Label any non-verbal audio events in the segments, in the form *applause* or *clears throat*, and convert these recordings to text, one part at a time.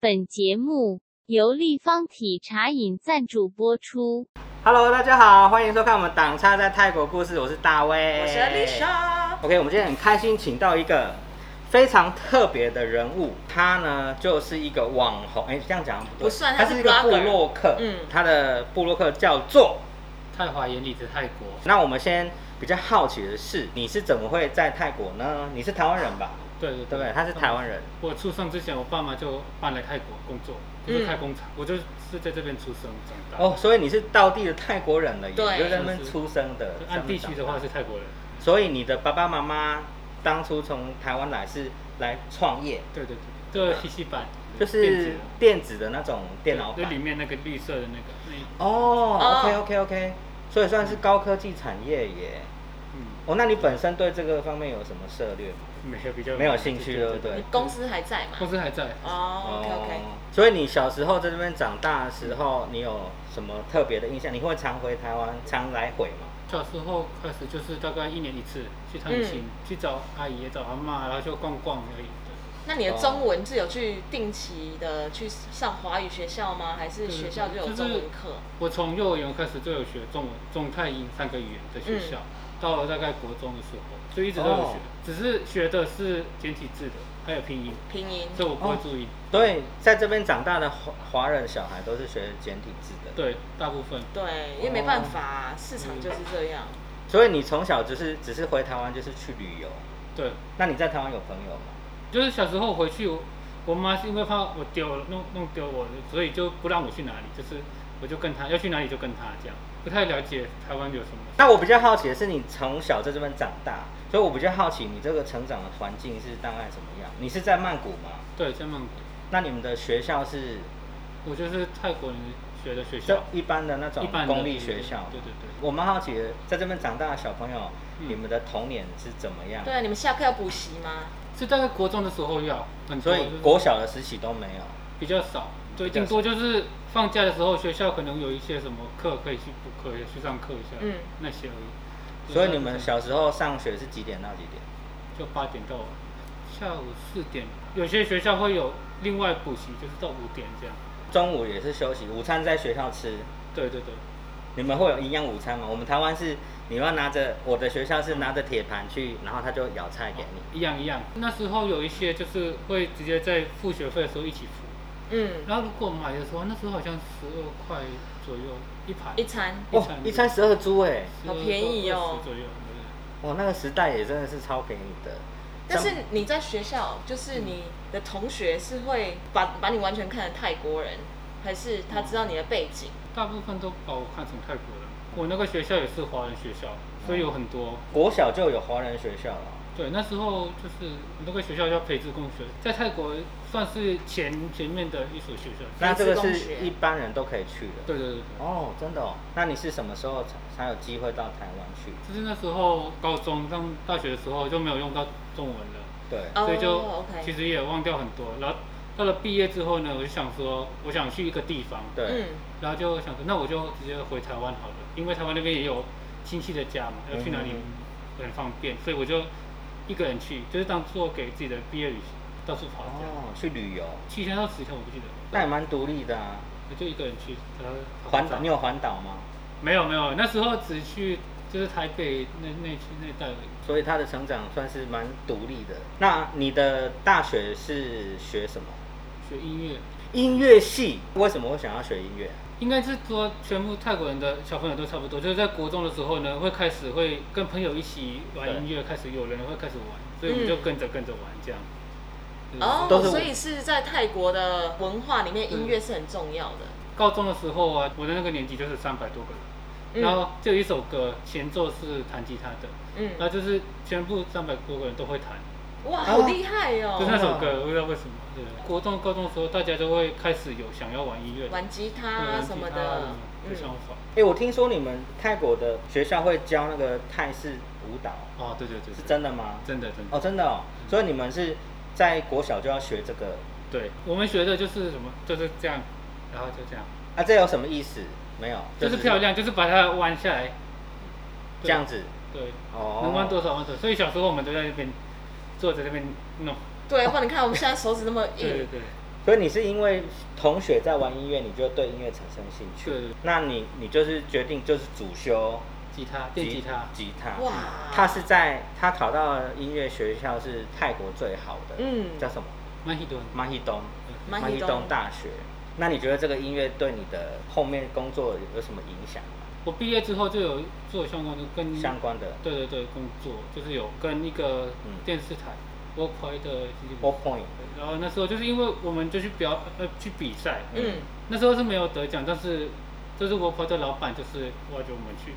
本节目由立方体茶饮赞助播出。 Hello，大家好，欢迎收看我们《党差在泰国故事》，我是大卫，我是 Lisa。 OK，我们今天很开心，请到一个非常特别的人物，他呢就是一个网红，哎，这样讲对不算他他是是一个部 blogger 落客，嗯嗯，他的部落客叫做。泰华眼里的泰国，那我们先比较好奇的是，你是怎么会在泰国呢？你是台湾人吧？对对对不对？他是台湾。人，我出生之前，我爸妈就搬来泰国工作，就是开工厂，我就是在这边出生长大。嗯哦，，所以你是道地的泰国人了耶，嗯对你就在那边出生的。按地区的话是泰国人，所以你的爸爸妈妈当初从台湾来是来创业，对对对，这西西版 *laughs* 就是电子的那种电脑就里板。面那个绿色的那个，那哦哦，OK OK OK，所以算是高科技产业耶。嗯，哦，那你本身对这个方面有什么涉猎吗？没有比较没有兴趣对不对你公司还在吗公？司还在，哦，OK OK，所以你小时候在这边长大的时候，你有什么特别的印象？你会常回台湾，常来回吗？小时候开始就是大概一年一次去探嗯亲，去找阿姨也找阿妈，然后就逛逛而已。那你的中文是有去定期的去上华语学校吗？还是学校就有中文课？我从幼儿园开始就有学中文、中泰英三个语言的学嗯校，到了大概国中的时候就一直都有学，哦只是学的是简体字的，还有拼音，拼音所以我不会注意。对，在这边长大的华华人小孩都是学简体字的。对，大部分对，因为没办法啊，市场就是这样。所以你从小就是只是回台湾就是去旅游。对，那你在台湾有朋友吗？就是小时候回去，我我妈是因为怕我丢了弄弄丢我了，所以就不让我去哪里，就是我就跟她要去哪里就跟她这样，不太了解台湾有什么。那我比较好奇的是，你从小在这边长大，所以我比较好奇你这个成长的环境是大概什么样？你是在曼谷吗？对，在曼谷，那你们的学校是我就是泰国人学的学就校，一般的那一种般的公立学校？对对对。我蛮好奇的，在这边长大的小朋友，嗯你们的童年是怎么哦样？对啊，你们下课要补习吗？是大概国中的时候要很所多，以就是国小的时期都没有。比较少，对，比较顶少多就是放假的时候学校可能有一些什么课可以去补课，也去上课一下，嗯那些而已。所以你们小时候上学是几点到几点？就八点到下午四点，有些学校会有另外补习，就是到五点这样。中午也是休息，午餐在学校吃。对对对，你们会有营养午餐吗？我们台湾是你要拿着，我的学校是拿着铁盘去，然后他就舀菜给你。一样一样。那时候有一些就是会直接在付学费的时候一起付，嗯，然后如果买的时候，那时候好像十二块左右一盘，一餐哦，一一餐餐十二株哎，好便宜哦12左右。哇，那个时代也真的是超便宜的。但是你在学校，就是你的同学是会把把你完全看成泰国人，还是他知道你的背景？大部分都把我看成泰国人。我那个学校也是华人学校，所以有很多。国小就有华人学校啊了，对，那时候就是我那个学校叫培智公学，在泰国算是前前面的一所学校。那这个中是学一般人都可以去的。对对对对，哦，真的哦。那你是什么时候才才有机会到台湾去？就是那时候高中上大学的时候就没有用到中文了，对，哦嗯所以就 OK 其实也忘掉很多。然后到了毕业之后呢，我就想说我想去一个地方，对，嗯，然后就想说那我就直接回台湾好了，因为台湾那边也有亲戚的家嘛，要去哪里嗯很方便，所以我就一个人去，就是当做给自己的毕业旅行，到处跑这样。哦，去旅游，七天到十天我不记得，那也蛮独立的啊。我就一个人去。然后环岛，你有环岛吗？没有没有，那时候只去就是台北那那区那带而已。所以他的成长算是蛮独立的。那你的大学是学什么？学音乐，音乐系为什么会想要学音乐啊？应该是说全部泰国人的小朋友都差不多，就是在国中的时候呢，会开始会跟朋友一起玩音乐，开始有人会开始玩，所以我们就嗯跟着跟着玩这样。嗯就是哦都，是我所以是在泰国的文化里面，音乐是很重要的。高中的时候啊，我的那个年级就是三百多个嗯人，然后就有一首歌前奏是弹吉他的，嗯，然后就是全部三百多个人都会弹，哇，好厉害哦！就是那首歌，我不知道为什么。对，国中、高中的时候，大家都会开始有想要玩音乐、玩吉他玩啊吉什么他的嗯啊，的想法。哎、我听说你们泰国的学校会教那个泰式舞蹈，哦，对对对，是对真的吗？真的真的。哦，真的哦。所以你们是在国小就要学这个对，我们学的就是什么，就是这样，然后就这样，啊？这有什么意思？没有，就是漂，亮，就是把它弯下来，这样子。对，哦，能弯多少弯多少。所以小时候我们都在那边坐在那边弄，对，或者你看我们现在手指那么哎对对硬，对，可是你是因为同学在玩音乐，你就对音乐产生兴趣，对那你你就是决定就是主修吉他电吉他，吉他。嗯哇他是在他考到音乐学校是泰国最好的，嗯叫什么？蛮喜欢。马希东，马马希希东东大学。那你觉得这个音乐对你的后面工作有什么影响吗？我毕业之后就有做相关的跟相关的对对对工作，就是有跟一个嗯电视台 work point 的经纪公 four 司 point，然后那时候就是因为我们就去表呃去比赛，嗯那时候是没有得奖，但是就是我跑的老板就是挖掘我们去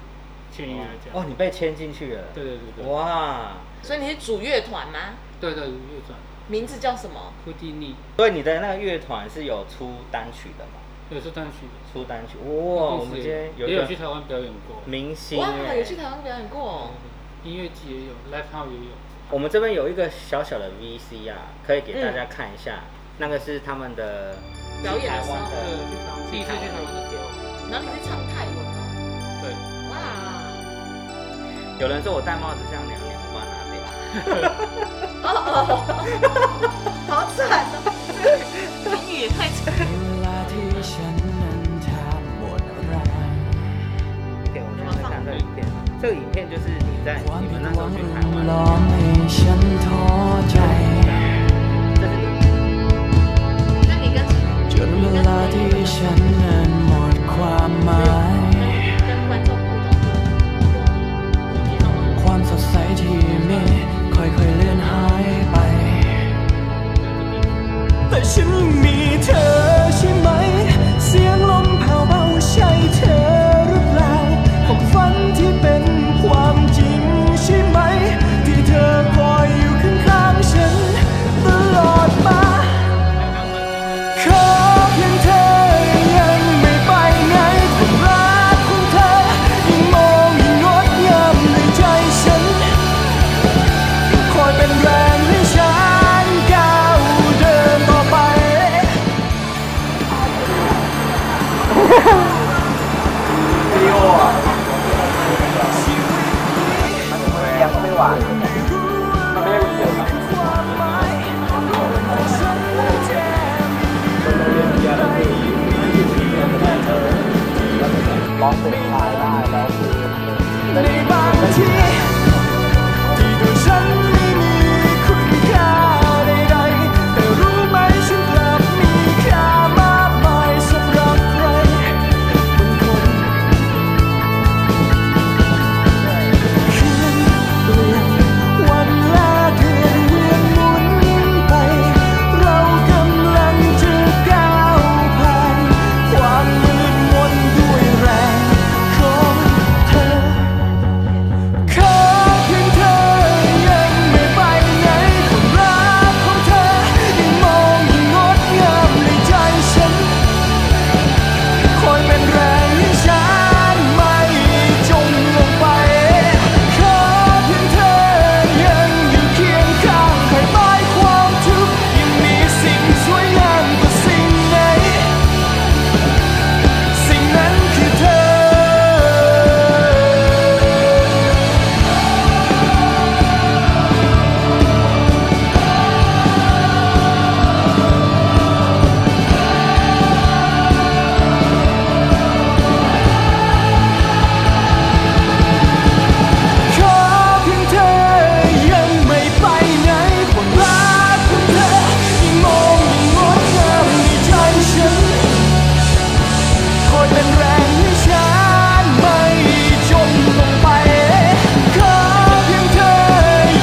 签约这哦，样。你被签进去了，对对对对，哇！所以你是主乐团吗？对对乐转名字叫什么？库蒂尼，所以你的那个乐团是有出单曲的吗？有时候单曲，出单曲，哇！公我司们今天有也一有去个台湾表演过，明星哇，耶有去台湾表演过哦，音乐节也有，live house 也有，我们这边有一个小小的 VC 啊，可以给大家看一下，嗯那个是他们的表演的台时候湾对，的去台湾，第一次去台湾的时候，然后你是唱泰文吗？对，哇，有人说我戴帽子像娘娘，我把它拿掉。哦哦，好惨哦，英语也太惨。 เวลาที่ฉันนั้นทำหมดแรง 对，我们看这个影片，这个影片就是你在 ความ 你 ผิ 们那ดห 时 วั 候去งรุ 台 ม 湾， ล้อมให้ฉันท้อใจ 这是你那你跟 จนเวลาที่ฉันนั้นหมดความหมาย 跟观众互动，有你好吗？ ความสดใสที่มีค่อยๆเลือนหายไป แต่ฉันมีเธอใช่ไหม เสียงลมแผ่วเบาใช่เธอหรือเปล่าความฝันที่เป็นความจริงใช่ไหม ที่เธอคอยอยู่ข้างๆฉันตลอดมา ขอเพียงเธอยังไม่ไปไหนรักของเธอยิ่งมองยิ่งงดงามในใจฉัน คอยเป็นแรงให้ฉันก้าวเดินต่อไป ในบางทีที่ดูฉันไม่มีคุณค่าใดๆ แต่รู้ไหมฉันกลับมีค่ามากมายสำหรับใครบางคนคืนเวลาวันและเดือนเวียนหมุนไป เรากำลังจะก้าวผ่านความมืดมนด้วยแรงของเธอ ขอเพียงเธอยังไม่ไปไหนความรักของเธอยังมองยังงดงามในใจฉัน คอยเป็นแรงให้ฉันไม่จมลงไป ขอเพียงเธอยังอยู่เคียงข้างใครบายความทุกข์ยังมีสิ่งสวยงามกว่าสิ่งไหน สิ่งนั้นคือเธอ ขอเพียงเธอยังไม่ไปไหนความรักของเธอยิ่งมองยิ่งงดงามในใจฉันคอยเป็นแรงให้ฉันไม่จมลงไปขอเพียงเธอ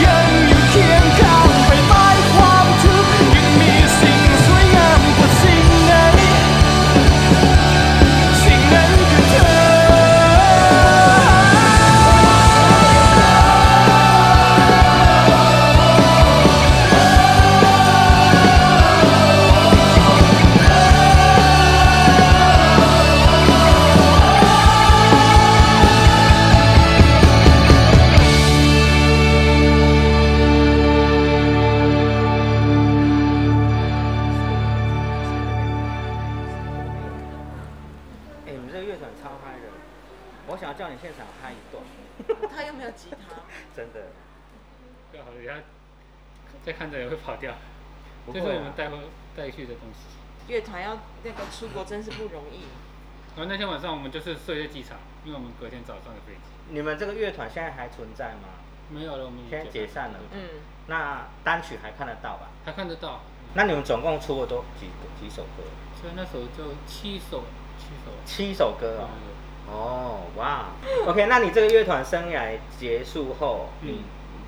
ยังอยู่เคียงข้างไปใต้ความทุกข์ยังมีสิ่งสวยงามกว่าสิ่งไหนสิ่งนั้นคือเธอ 哎、你们这个乐团超嗨的，我想要叫你现场嗨一段，他又没有吉他，真的。啊最好人家再看着也会跑掉，不这会是啊我们带回带去的东西。乐团要那个出国真是不容易。然后那天晚上我们就是睡在机场，因为我们隔天早上的飞机你们这个乐团现在还存在吗？没有了，我们已经现在解散了嗯，那单曲还看得到吧？还看得到。那你们总共出了多几几首歌？所以那时候就七首，七首。七首歌哦。嗯哦，哇，OK，那你这个乐团生涯结束后，嗯你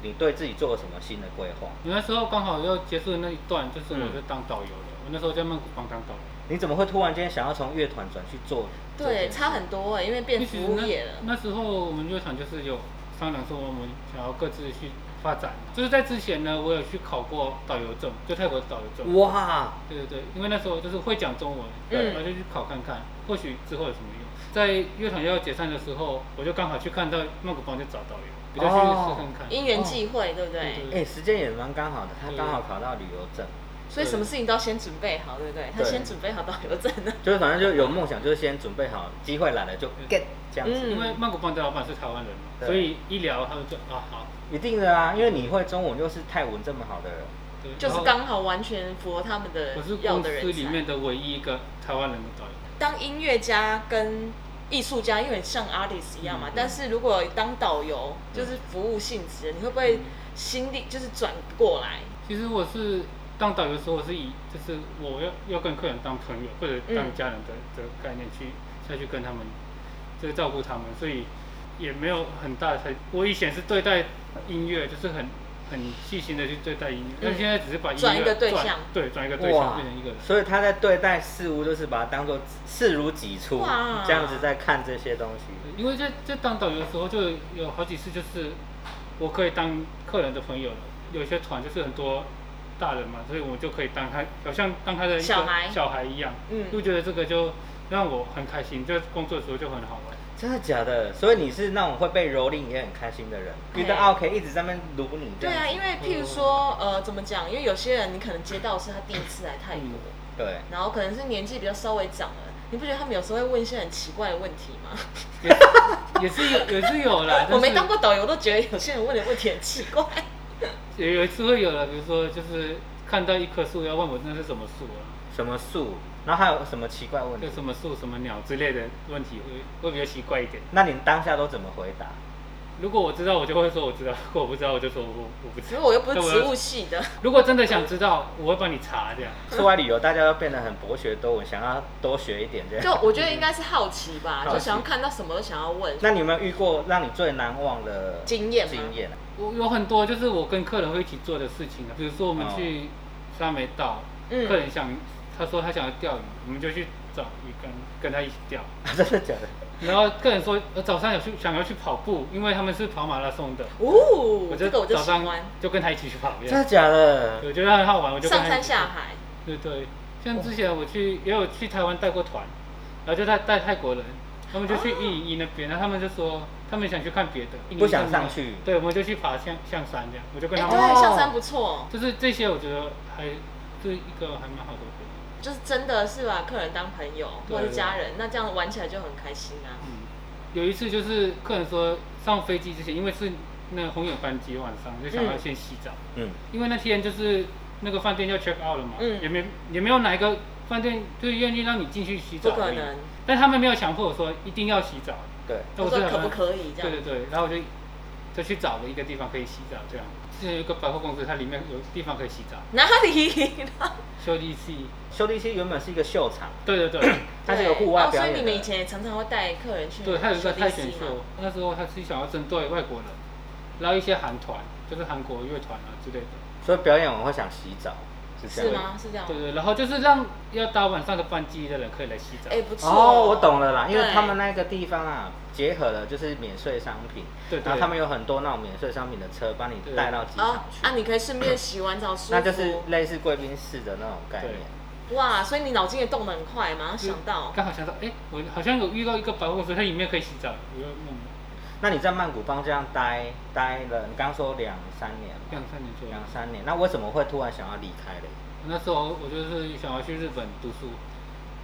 你对自己做了什么新的规划？我那时候刚好要结束那一段，就嗯是我就当导游了。我那时候在曼谷帮当导游，你怎么会突然间想要从乐团转去做？对，差很多哎、因为变其实服务那业了。那时候我们乐团就是有商量说我们想要各自去发展。就是在之前呢，我有去考过导游证，就泰国的导游证。哇，对对对，因为那时候就是会讲中文，嗯然后就去考看看，或许之后有什么用。在乐团要解散的时候，我就刚好去看到曼谷帮就找导游，我就去哦试看看。因缘际会，对不对？哦对对哎、时间也蛮刚好的，他对刚好考到旅游证，所以什么事情都要先准备好，对不对？他对先准备好导游证了。就是反正就有梦想，就是先准备好，机会来了就嗯 get 这样子，嗯因为曼谷帮的老板是台湾人嘛，对所以一聊他们就啊好，一定的啊，因为你会中文又是泰文这么好的人，对就是。然后刚好完全符合他们的我是要公的人司才。里面的唯一一个台湾人的导演，当音乐家跟艺术家有点像 artist 一样嘛，嗯但是如果当导游就是服务性质的，你会不嗯会心力就是转不过来？其实我是当导游的时候，我是以就是我要要跟客人当朋友或者当家人的的概念去下去跟他们，就是照顾他们，所以也没有很大的才。我以前是对待音乐就是很很细心的去对待音乐，但现在只是把音乐转一个对象对，转一个对象变成一个人。所以他在对待事物就是把它当做视如己出哇，这样子在看这些东西。因为在在当导游的时候，就有好几次就是我可以当客人的朋友了。有些团就是很多大人嘛，所以我就可以当他，好像当他的一个小孩小孩一样，嗯就觉得这个就让我很开心，就工作的时候就很好玩。真的假的？所以你是那种会被蹂躏也很开心的人，对遇到 OK 一直在那边撸你这对样啊，子。因为譬如说，呃，怎么讲？因为有些人你可能接到的是他第一次来泰国，哦嗯对，然后可能是年纪比较稍微长了，你不觉得他们有时候会问一些很奇怪的问题吗？也是 *laughs* 有，也是有啦。我没但当是过导游都觉得有些人问的问题很奇怪。有有一次会有了，比如说就是看到一棵树，要问我那是什么树啊，什么树，然后还有什么奇怪问就题？什么树、什么鸟之类的问题会会比较奇怪一点。那你当下都怎么回答？如果我知道，我就会说我知道；如果我不知道，我就说我我不知因为道。我又不是那我 *laughs* 植要物系的，如果真的想知道，我会帮你查这样。出来旅游，大家都变得很博学多闻，想要多学一点这就样。我觉得应该是好奇吧，好奇就想要看到什么都想要问。那你有没有遇过让你最难忘的经验吗经验？啊我有很多就是我跟客人会一起做的事情啊，比如说我们去沙美岛，哦嗯客人想他说他想要钓鱼，我们就去找鱼竿跟他一起钓。真的假的？然后客人说呃早上有去想要去跑步，因为他们是跑马拉松的，哦，我这就个我就早喜上欢，就跟他一起去跑这真样的假的？我觉得很好玩，我就跟上他一山起下去。海。对对，像之前我去也有去台湾带过团，然后就带带泰国人，他们就哦去印尼那边，然后他们就说他们想去看别的，印尼不想看到上去对，我们就去爬象象山这样，我就跟哎、他们，哦对，象山不错，就是这些我觉得还是一个还蛮好的回忆。就是真的是把客人当朋友对或者是家人，那这样玩起来就很开心啊。嗯，有一次就是客人说上飞机之前，因为是那个红眼班机晚上，就想要先洗澡，嗯，因为那天就是那个饭店要 check out 了嘛，嗯也没也没有哪一个饭店就是愿意让你进去洗澡不而已，可能，但他们没有强迫我说一定要洗澡，对。他那我说就可不可以这对样？对对，然后我就就去找了一个地方可以洗澡，这样。之前有一个百货公司，它里面有地方可以洗澡，哪里啦？休息室。修利西原本是一个秀场，对 *clears throat* 对对，它是一个户外对表哦，所演以的。你们以前也常常会带客人去对，它有一个泰选 SDC 嘛秀，那时候它是想要针对外国人，然后一些韩团，就是韩国乐团啊之类的。所以表演完会想洗澡，是这是样？吗？是这样吗对？对，然后就是让要搭晚上的班机的人可以来洗澡。哎、不错哦，我懂了啦，因为对他们那个地方啊，结合了就是免税商品，对然后对，他们有很多那种免税商品的车帮你带到机哦场去，啊，你可以顺便洗完澡，舒服。那就是类似贵宾室的那种概念。哇，所以你脑筋也动得很快，嗯马上想到。刚好想到，哎，我好像有遇到一个百货公司，它里面可以洗澡，我就弄那你在曼谷帮这样待待了，你刚刚说两三年吧，两三年左嗯右两。三年，那为什么会突然想要离开嘞？那时候我就是想要去日本读书，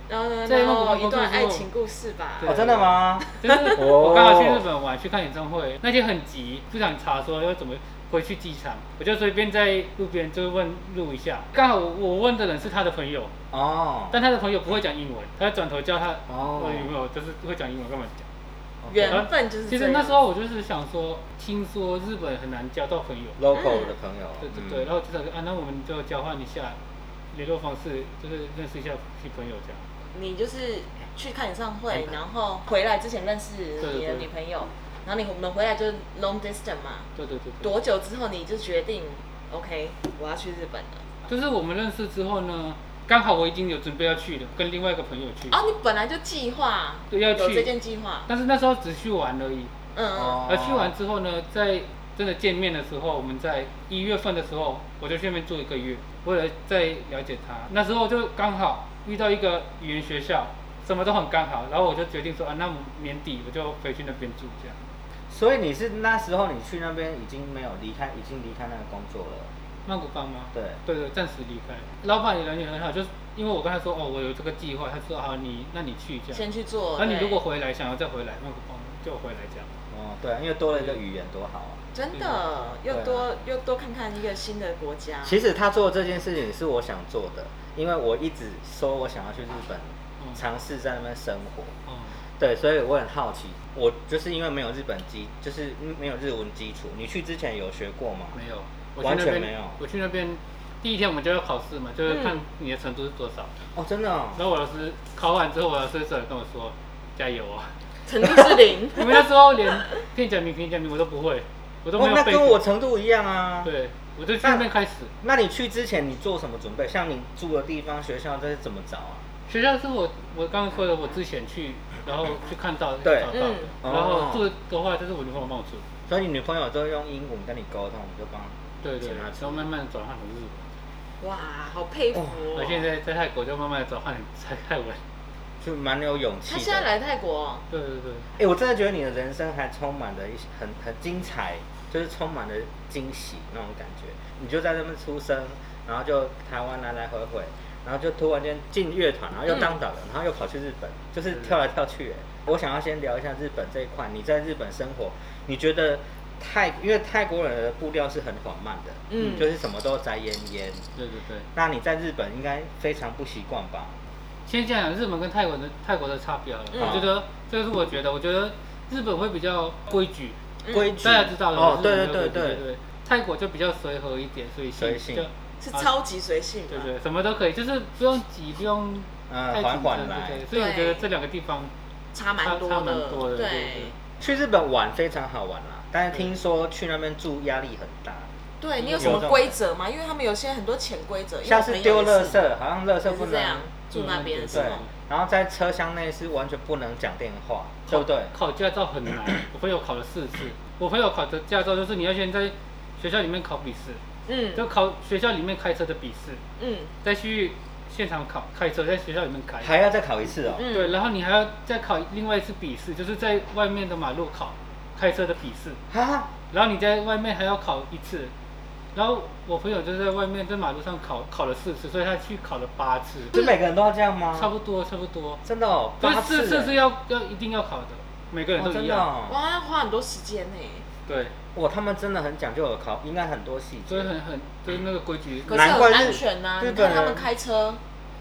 然后呢，在然曼谷后工作一段之后爱情故事吧。对哦，真的吗？就是哦我刚好去日本玩去看演唱会，那天很急，不想查说要怎么回去机场，我就随便在路边就是问路一下，刚好我问的人是他的朋友，哦，但他的朋友不会讲英文，他就转头叫他哦我女朋友就是会讲英文，干嘛讲？原缘分就是这其样实那时候我就是想说，听说日本很难交到朋友， local 的朋友，对对嗯对，然后就想说啊，那我们就交换一下联络方式，就是认识一下女朋友这样。你就是去看演唱会，然后回来之前认识你的女朋友，然后你我们回来就是 long distance 嘛，对对对对，多久之后你就决定 OK 我要去日本了？就是我们认识之后呢，刚好我已经有准备要去了，跟另外一个朋友去，哦，你本来就计划嗯对要去有这件计划，但是那时候只去玩而已。嗯，哦而去完之后呢，在真的见面的时候，我们在一月份的时候，我就去那边住一个月，为了再了解他。那时候就刚好遇到一个语言学校，什么都很刚好，然后我就决定说啊，那我们年底我就回去那边住这样。所以你是那时候你去那边已经没有离开，已经离开那个工作了，曼谷帮吗？对，对对，暂时离开。老板也人也很好，就是因为我跟他说哦，我有这个计划，他说好，你那你去这样。先去做。那你对如果回来想要再回来，曼谷帮就回来这样。哦，对啊，因为多了一个语言多好啊。真嗯的又啊多又多看看一个新的国家，其实他做这件事情是我想做的，因为我一直说我想要去日本嗯，尝试在那边生活。哦、对，所以我很好奇，我就是因为没有日本基，就是没有日文基础。你去之前有学过吗？没有，我去完那全边没有我去那边第一天我们就要考试嘛，就是嗯看你的程度是多少。哦，真的、哦。然后我老师考完之后，我老师走来跟我说：“加油 *laughs* 啊！，程度是零因为那时候连片假名、平假名我都不会，我都没哦，有那背跟过。我程度一样啊。。对，我就去那边开始。那你去之前你做什么准备？像你住的地方、学校这是怎么找啊？学校是我我刚刚说的，我之前去，然后去看到找到对的，嗯然哦后住的话就是我女朋友帮我住，所以你女朋友都用英文跟你沟通，你就帮。对对，请她然吃后慢慢地转换成日文，哇，好佩服哦我现在在泰国就慢慢地转换成泰文。就蛮有勇气的。他现在来泰国，对对对，哎、我真的觉得你的人生还充满了一些很很精彩，就是充满了惊喜那种感觉。你就在那边出生，然后就台湾来来回回，然后就突然间进乐团，然后又嗯当导游，然后又跑去日本，就是跳来跳去、欸。我想要先聊一下日本这一块，你在日本生活，你觉得泰因为泰国人的步调是很缓慢的，嗯就是什么都宅烟烟。对对对。那你在日本应该非常不习惯吧？嗯先讲讲日本跟泰国的泰国的差别好了。嗯我觉得这个是我觉得，我觉得日本会比较规矩，嗯规矩大家知道的。哦，日对本对比较对规对矩对对。泰国就比较随和一点，所以随性就是啊超级随性吧，对对，什么都可以，就是不用急，不用嗯太紧缓张，缓对来对。所以我觉得这两个地方差差蛮多差蛮多的，对对对。去日本玩非常好玩啦，但是听说去那边住压力很大，对你有什么规则吗？因为他们有些很多潜规则，因为像我是朋友丢也垃是圾，好像垃圾就不是这样哦能住那边的时对候，，然后在车厢内是完全不能讲电话，对不对？考驾照很 *clears throat* 难，我朋友考了四次。我朋友考的驾照就是你要先在学校里面考笔试，嗯就考学校里面开车的笔试，嗯再去现场考开车，在学校里面开。还要再考一次哦。嗯，对，然后你还要再考另外一次笔试，就是在外面的马路考开车的笔试，啊，然后你在外面还要考一次。然后我朋友就在外面在马路上考考了四次，所以他去考了八次，就每个人都要这样吗？差不多差不多。真的哦，但嗯八是四次是要，要要一定要考的，每个人哦都真一的样。哦，哇，花很多时间呢。对，哇，他们真的很讲究有考，应该很多细所以节。很很就是那个规矩。可难是怪很日安全呐、日你本看人他们开车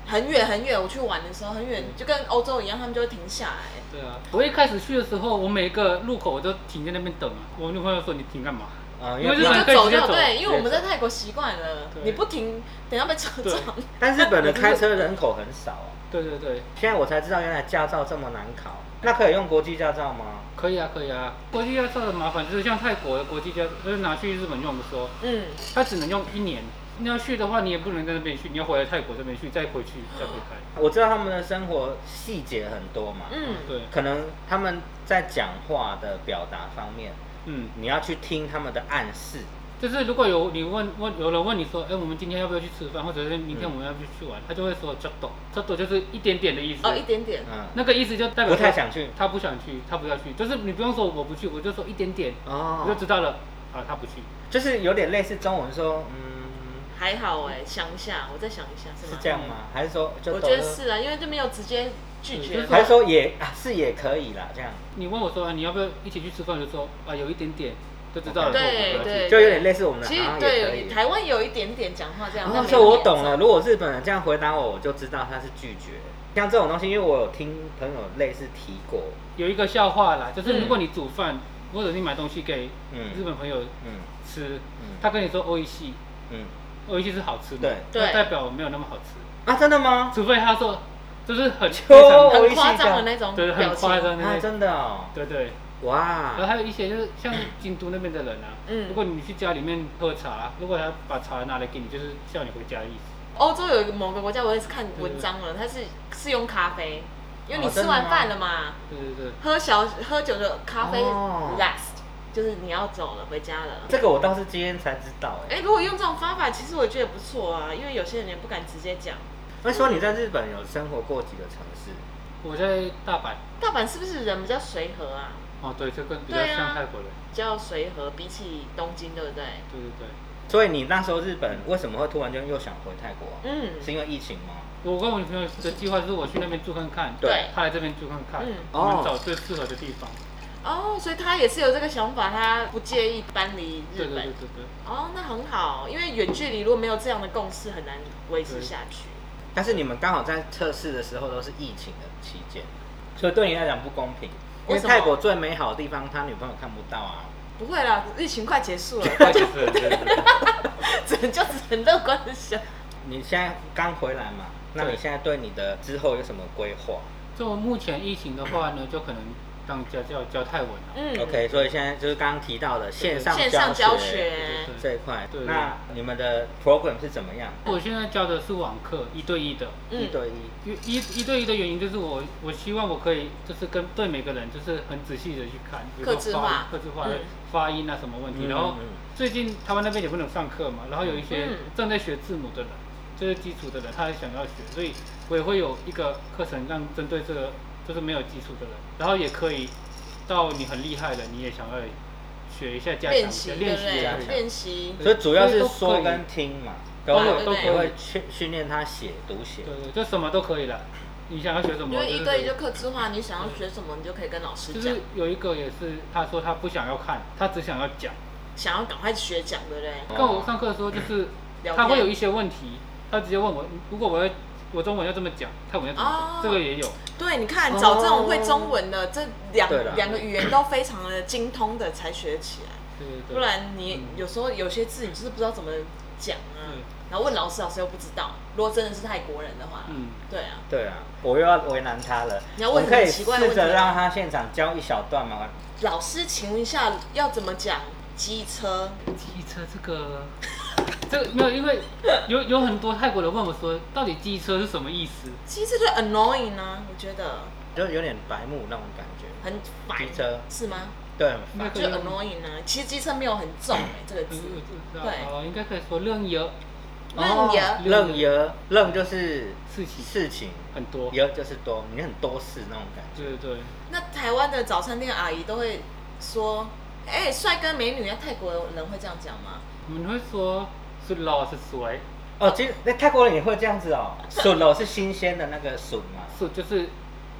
很远很远，我去玩的时候很远，就跟欧洲一样，他们就会停下来。对啊，我一开始去的时候，我每一个路口我都停在那边等啊。我女朋友说你停干嘛？啊，因为日你本就可以走直接就走对，因为我们直接在走泰国习惯了，对你不停，等下被车对撞。但日本的开车人口很少哦。对对对，现在我才知道原来驾照这么难考，那可以用国际驾照吗？可以啊，可以啊。国际驾照的麻烦就是像泰国的国际驾，就是拿去日本用的时候， *laughs* 嗯，它只能用一年。你要去的话，你也不能在那边去，你要回来泰国这边去，再回去，再回来。我知道他们的生活细节很多嘛，嗯对，可能他们在讲话的表达方面，嗯，你要去听他们的暗示，就是如果有你问问有人问你说，哎、我们今天要不要去吃饭，或者是明天我们要不要去玩，他就会说 j o d o j o d o 就是一点点的意思。哦，一点点，嗯，那个意思就代不表太说想去他不想去，他不要去，就是你不用说我不去，我就说一点点，我就哦，知道了。啊，他不去，就是有点类似中文说，嗯，还好哎、想一下，我再想一下，是是吗？这样吗？还是说就我懂觉得了是啊，因为就没有直接拒绝嗯嘛。还是说也、啊、是也可以啦，这样你问我说啊，你要不要一起去吃饭，我就说啊，有一点点，就知道了。对对嗯就有点类似我们的，其实好像也可对以。台湾有一点点讲话这样，但哦，没所以有我点懂这了。样如果日本人这样回答我，我就知道他是拒绝。像这种东西，因为我有听朋友类似提过，有一个笑话啦，就是嗯如果你煮饭、或者你买东西给嗯日本朋友嗯吃，嗯他跟你说欧一系，嗯，欧一系是好吃的，对对那代表没有那么好吃，啊，真的吗？除非他说就是很就非常我一很起夸张的讲那种对表很夸情，张的啊，那种，真的哦，对对。啊然后哇，还有一些就是像京都那边的人啊，嗯如果你去家里面喝茶，如果他把茶拿来给你，就是叫你回家的意思。欧洲有一个某个国家，我也是看文章了，它是是用咖啡，因为你哦真的吃完饭了嘛，对对对，喝小喝酒的咖啡哦 last，就是你要走了，回家了。这个我倒是今天才知道哎、哎，如果用这种方法，其实我觉得不错啊，因为有些人也不敢直接讲。那说你在日本有生活过几个城市？我在大阪，大阪是不是人比较随和啊？哦对，这个比较对啊像泰国人，比较随和，比起东京，对不对？对对对。所以你那时候日本为什么会突然间又想回泰国啊、嗯，是因为疫情吗？我跟我女朋友的计划就是我去那边住看看，对她来这边住看看，嗯我哦们找最适合的地方。哦，所以他也是有这个想法，他不介意搬离日对本。对对对对，哦，那很好，因为远距离如果没有这样的共识，很难维持对下去。但是你们刚好在测试的时候都是疫情的期间，所以对你来讲不公平。因为为什么泰国最美好的地方，他女朋友看不到 *laughs* 啊。不会啦，疫情快结束了，快结束了，对对对。只 *laughs* 能就只能乐观的想。你现在刚回来嘛？那你对现在对你的之后有什么规划、就目前疫情的话呢，就可能当家教教泰文啊。嗯 o k 所以现在就是刚刚提到的线上线上教学学，对这一块对。那你们的 program 是怎么样？我现在教的是网课一对一的，一嗯，对一。因为一一对一的原因就是我我希望我可以就是跟对每个人就是很仔细的去看，比如客制说化发各自化嗯的发音啊什么问题。嗯然后嗯嗯最近台湾那边也不能上课嘛，然后有一些嗯正在学字母的人，就是基础的人，他也想要学，所以我也会有一个课程让针对这个就是没有基础的人，然后也可以到你很厉害了，你也想要学一下加强嗯练一习下对练不习一加下对？强。练习，所以主要是所以说都可以跟听嘛，都会对对对也会训训练他写读写对。对，就什么都可以了，你想要学什么？因为就一是对一就克制化，你想要学什么，你就可以跟老师就讲是，有一个也是，他说他不想要看，他只想要讲。想要赶快学讲，对不对？哦跟我上课的时候，就是嗯聊天他会有一些问题，他直接问我，如果我要我中文要这么讲，泰文要怎么哦讲？这个也有，对，你看哦找这种会中文的，这两对啦两个语言都非常的精通的才学起来，对对对。不然你嗯有时候有些字你就是不知道怎么讲啊嗯，然后问老师，老师又不知道。如果真的是泰国人的话，嗯对啊，对啊，我又要为难他了。你要我问们可以很奇怪的试问题啊着让他现场教一小段嘛。老师，请问一下要怎么讲机车？机车这个， *laughs* 这个没有，因为有有很多泰国人问我说，到底机车是什么意思？机车就 annoying 呢、我觉得就有点白目那种感觉，很烦。机车是吗？对，很应该烦。可就以用。 annoying 呢、其实机车没有很重哎、这个嗯字。我知道对哦，应该可以说任由愣爷、哦愣爷，愣就是事情事情，很多。爷就是多，你很多事那种感觉。对对对，那台湾的早餐店阿姨都会说：“哎、帅哥美女。”那泰国人会这样讲吗？我们会说是老是水，哦，其实那泰国人也会这样子哦，笋哦是新鲜的那个笋嘛，是就是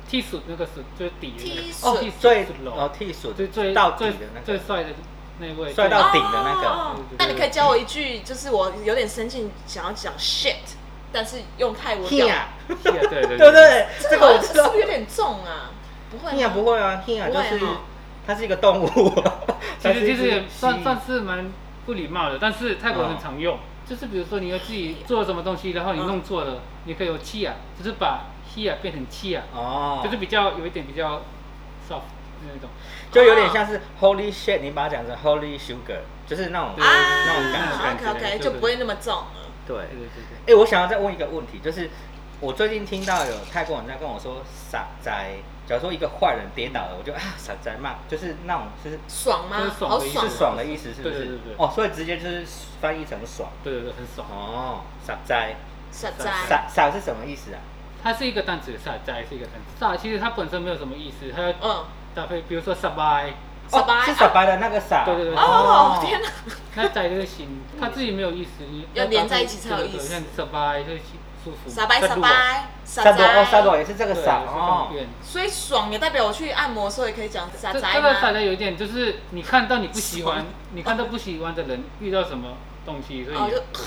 剃鼠那个鼠就是底的那个剃哦鼠剃鼠最是哦老剃笋最最到底最的那最个，帅的那位，帅到顶的那个哦对对对那你可以教我一句，就是我有点生气，想要讲 shit，但是用泰文讲。呀，对啊对对对不对？啊这个好我像知是道不是。有点重啊？不会吗，呀不会啊，呀就不是会哦它是一个动物，其它是哦实一 *laughs* 其只实也蜥算蜴算是蛮不礼貌的，但是泰国人很常用，就是比如说你要自己做了什么东西，然后你嗯弄错了，你可以有气啊，就是把 he 啊变成气啊，哦，就是比较有一点比较 soft 的那种，就有点像是 Holy shit，你把它讲成 Holy sugar，就是那种对那种感觉。啊感，OK 觉 OK，对对就不会那么重了。对，对对对对。哎，我想要再问一个问题，就是我最近听到有泰国人在跟我说傻仔，假如说一个坏人跌倒了，我就啊傻仔骂，就是那种就是爽吗就是？爽好的意思爽是啊，爽的意思，是不对对是对对？哦，所以直接就是翻译成爽。对对对，很爽。哦，傻仔，傻傻仔。傻是什么意思啊？它是一个单词，撒在是一个单词。撒其实它本身没有什么意思，它要嗯，搭配，比如说 s b y 傻哦，白是傻白的那个傻。对对对哦，天哪！那在这个形，它自己没有意思，你嗯要连在一起才有意思对对对像 s b y 就是舒服。傻白在傻录白傻沙朵哦，沙朵仔，也是这个对傻就是哦放，电所以爽也代表我去按摩的时候也可以讲傻这仔这个反吗？正有一点就是，你看到你不喜欢爽，你看到不喜欢的人遇到什么东西，所以然后你哦就呃哦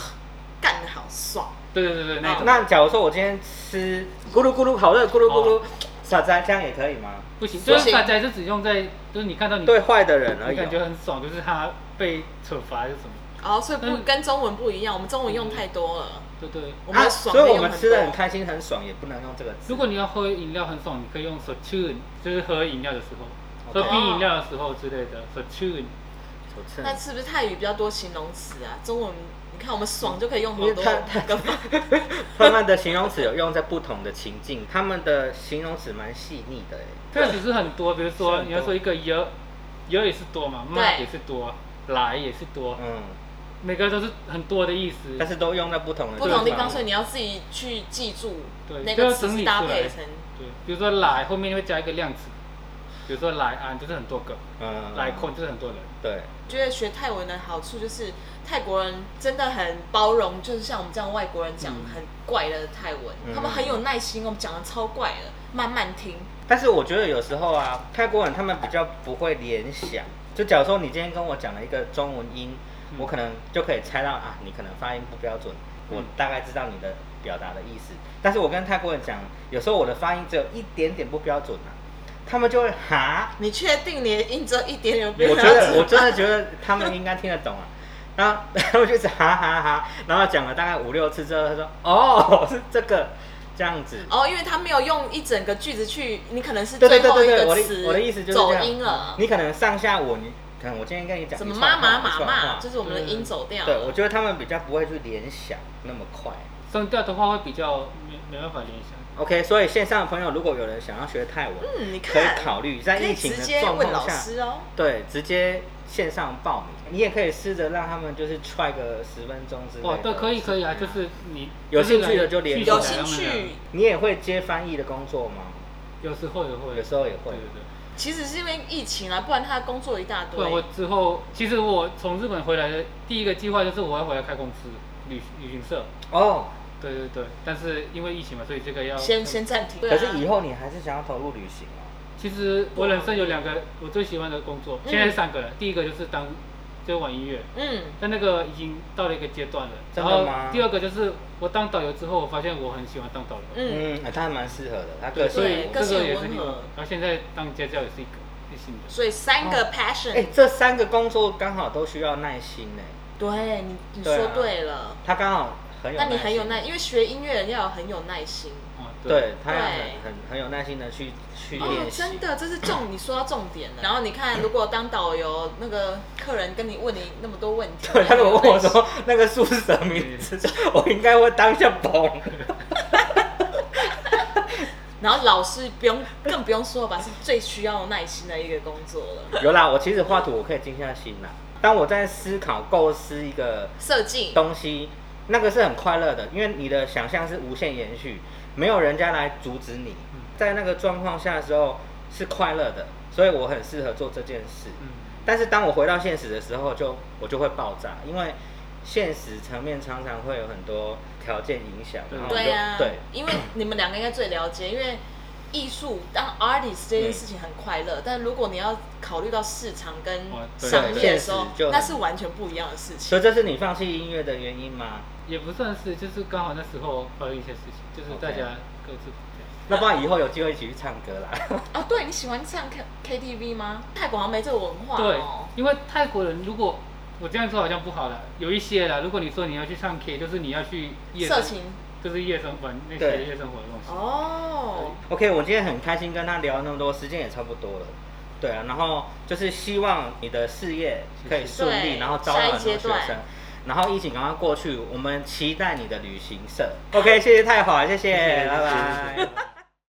干得好爽，对对对对，那种那假如说我今天吃咕噜咕噜好热咕噜咕噜，撒渣这样也可以吗？不行，不行就是大家就只用在，就是你看到你对坏的人而嗯你已感觉哦。很爽，就是他被惩罚还是什么，哦，所以不嗯跟中文不一样，我们中文用太多了，对对。我们啊的所爽可以我用们很吃的很多。开心很爽，也不能用这个字。如果你要喝饮料很爽，你可以用 s o t u n 就是喝饮料的时候，喝 OK 冰饮料的时候之类的 s o t u n 我吃那是不是泰语比较多形容词啊？中文你看我们爽就可以用好因为多哦他他个 *laughs* 方 *laughs* 他们的形容词有用在不同的情境，他们的形容词蛮细腻的欸确实是很多，比如是很说多你要说一个 y 有也是多嘛，对骂也是多，来也是多，嗯，每个都是很多的意思。但是都用在不同的不同地方，所对以你要自己去记住对那个就要词整是理搭出来配成。对，比如说来后面会加一个量词，比如说来安就是很多个，嗯来控就是很多人。对，觉得学泰文的好处就是泰国人真的很包容，就是像我们这样外国人讲很怪的泰文，嗯他们很有耐心，我们讲的超怪的，慢慢听。但是我觉得有时候啊，泰国人他们比较不会联想，就假如说你今天跟我讲了一个中文音，嗯我可能就可以猜到啊，你可能发音不标准，我嗯大概知道你的表达的意思。但是我跟泰国人讲，有时候我的发音只有一点点不标准啊，他们就会哈。你确定你的音只有一点点变我了？觉 *laughs* 得我真的觉得他们应该听得懂啊。然后 *laughs* 他们就一直哈哈哈，然后讲了大概五六次之后，他说：“哦，是这个这样子。哦，因为他没有用一整个句子去，你可能是对最对对后对一对，我个的词我的意思就是走这样音了，你可能上下我，你可能我今天跟你讲什一么串妈话妈一妈串妈，话就，是我们的音走啊掉嗯对我了。觉得他们比较不会去联想那么快。声调的话会比较没没办法联想。 OK，所以线上的朋友如果有人想要学泰文，嗯，你可以看，考虑在可疫以情直的接状问况老下，师哦。对，直接线上报名，你也可以试着让他们就是踹个十分钟之类的。哦，对，可以可以啊，就是你有兴趣的就联连，络有对兴趣，你也会接翻译的工作吗？有时候也会，有时候也会对对对。其实是因为疫情啊，不然他的工作一大对，我堆。之后其实我从日本回来的第一个计划就是我要回来开公司，旅旅行社。哦，对对对，但是因为疫情嘛，所以这个要先先暂停。对啊可是以后你还是想要投入旅行哦。其实我人生有两个我最喜欢的工作，嗯现在三个了。第一个就是当就是玩音乐，嗯，但那个已经到了一个阶段了。真然的后吗第二个就是我当导游之后，我发现我很喜欢当导游，嗯，嗯，啊他还蛮适合的，他对，个性所以对这个性个很也是温另外和。然后现在当家教也是一个一新的。所以三个 passion，、哎，这三个工作刚好都需要耐心呢。对你你对啊说对了，他刚好很有，那你很有耐，，因为学音乐人要有很有耐心。哦，对他要很对很很有耐心的去去哦练，习。嗯真的，这是重，你说到重点了。然后你看，如果当导游，那个客人跟你问你那么多问题， *laughs* 对，他如果问我说那个树是什么名字， *laughs* 我应该会当下崩。 *laughs* 然后老师不用，更不用说了吧，是最需要耐心的一个工作了。有啦，我其实画图我可以静下心啦。当我在思考构思一个设计，东西，那个是很快乐的，因为你的想象是无限延续，没有人家来阻止你嗯。在那个状况下的时候是快乐的，所以我很适合做这件事。嗯，但是当我回到现实的时候就，我就会爆炸，因为现实层面常常会有很多条件影响。对然后我就对啊，对，因为你们两个应该最了解，因为艺术当 artist 这件事情很快乐，但如果你要考虑到市场跟哦对商业的时候现实就，很那是完全不一样的事情。所以这是你放弃音乐的原因吗？也不算是，就是刚好那时候发生一些事情，就是大 OK 家各自这样那不然以后有机会一起去唱歌 *laughs* 啦。啊，对你喜欢唱 K K T V 吗？泰国好像没这个文化对哦。，因为泰国人如果我这样说好像不好了，有一些啦。如果你说你要去唱 K，就是你要去夜色情就是夜生活那对些夜生活的东西。哦， OK，我今天很开心跟他聊那么多，时间也差不多了。对啊，然后就是希望你的事业可以顺利，对然后招揽很下多一阶学段生，然后疫情赶快过去，我们期待你的旅行社。OK，谢谢太华，谢谢，谢谢拜拜。